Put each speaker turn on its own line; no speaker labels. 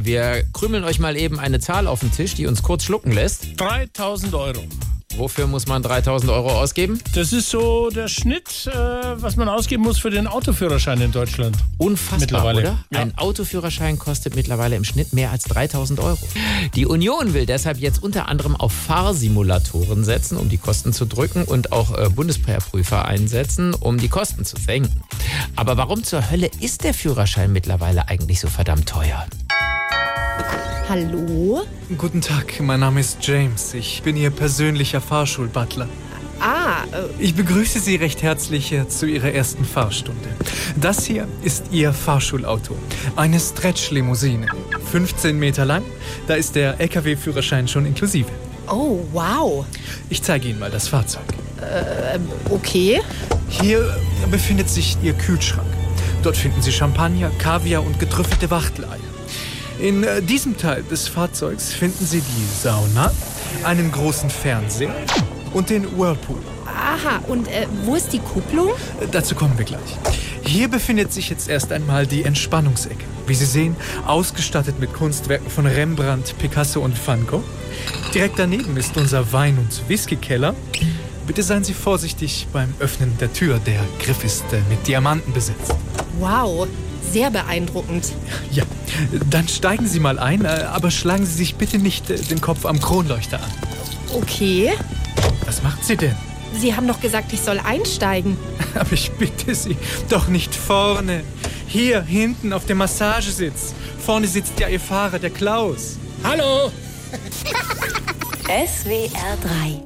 Wir krümeln euch mal eben eine Zahl auf den Tisch, die uns kurz schlucken lässt.
3000 Euro.
Wofür muss man 3000 Euro ausgeben?
Das ist so der Schnitt, äh, was man ausgeben muss für den Autoführerschein in Deutschland.
Unfassbar,
Mittlerweile,
oder?
ja.
Ein Autoführerschein kostet mittlerweile im Schnitt mehr als 3000 Euro. Die Union will deshalb jetzt unter anderem auf Fahrsimulatoren setzen, um die Kosten zu drücken und auch äh, Bundeswehrprüfer einsetzen, um die Kosten zu senken. Aber warum zur Hölle ist der Führerschein mittlerweile eigentlich so verdammt teuer?
Hallo?
Guten Tag, mein Name ist James. Ich bin Ihr persönlicher Fahrschulbutler.
Ah, äh,
Ich begrüße Sie recht herzlich äh, zu Ihrer ersten Fahrstunde. Das hier ist Ihr Fahrschulauto. Eine Stretch-Limousine. 15 Meter lang. Da ist der LKW-Führerschein schon inklusive.
oh, wow.
Ich zeige Ihnen mal das Fahrzeug.
Okay.
Hier äh, befindet sich Ihr Kühlschrank. Dort finden Sie Champagner, Kaviar und getrüffelte Wachteleier. In äh, diesem Teil des Fahrzeugs finden Sie die Sauna, einen großen Fernseher und den Whirlpool.
Aha, und äh, wo ist die Kupplung?
Äh, Dazu kommen wir gleich. Hier befindet sich jetzt erst einmal die Entspannungsecke. Wie Sie sehen, ausgestattet mit Kunstwerken von Rembrandt, Picasso und Van Gogh. Direkt daneben ist unser Wein- und Whiskykeller. Bitte seien Sie vorsichtig beim Öffnen der Tür. Der Griff ist äh, mit Diamanten besetzt.
Wow, sehr beeindruckend.
Ja, dann steigen Sie mal ein, äh, aber schlagen Sie sich bitte nicht äh, den Kopf am Kronleuchter an.
Okay.
Was macht sie denn?
Sie haben doch gesagt, ich soll einsteigen.
Aber ich bitte Sie, doch nicht vorne. Hier hinten auf dem Massagesitz. Vorne sitzt ja Ihr Fahrer, der Klaus.
Hallo!
SWR 3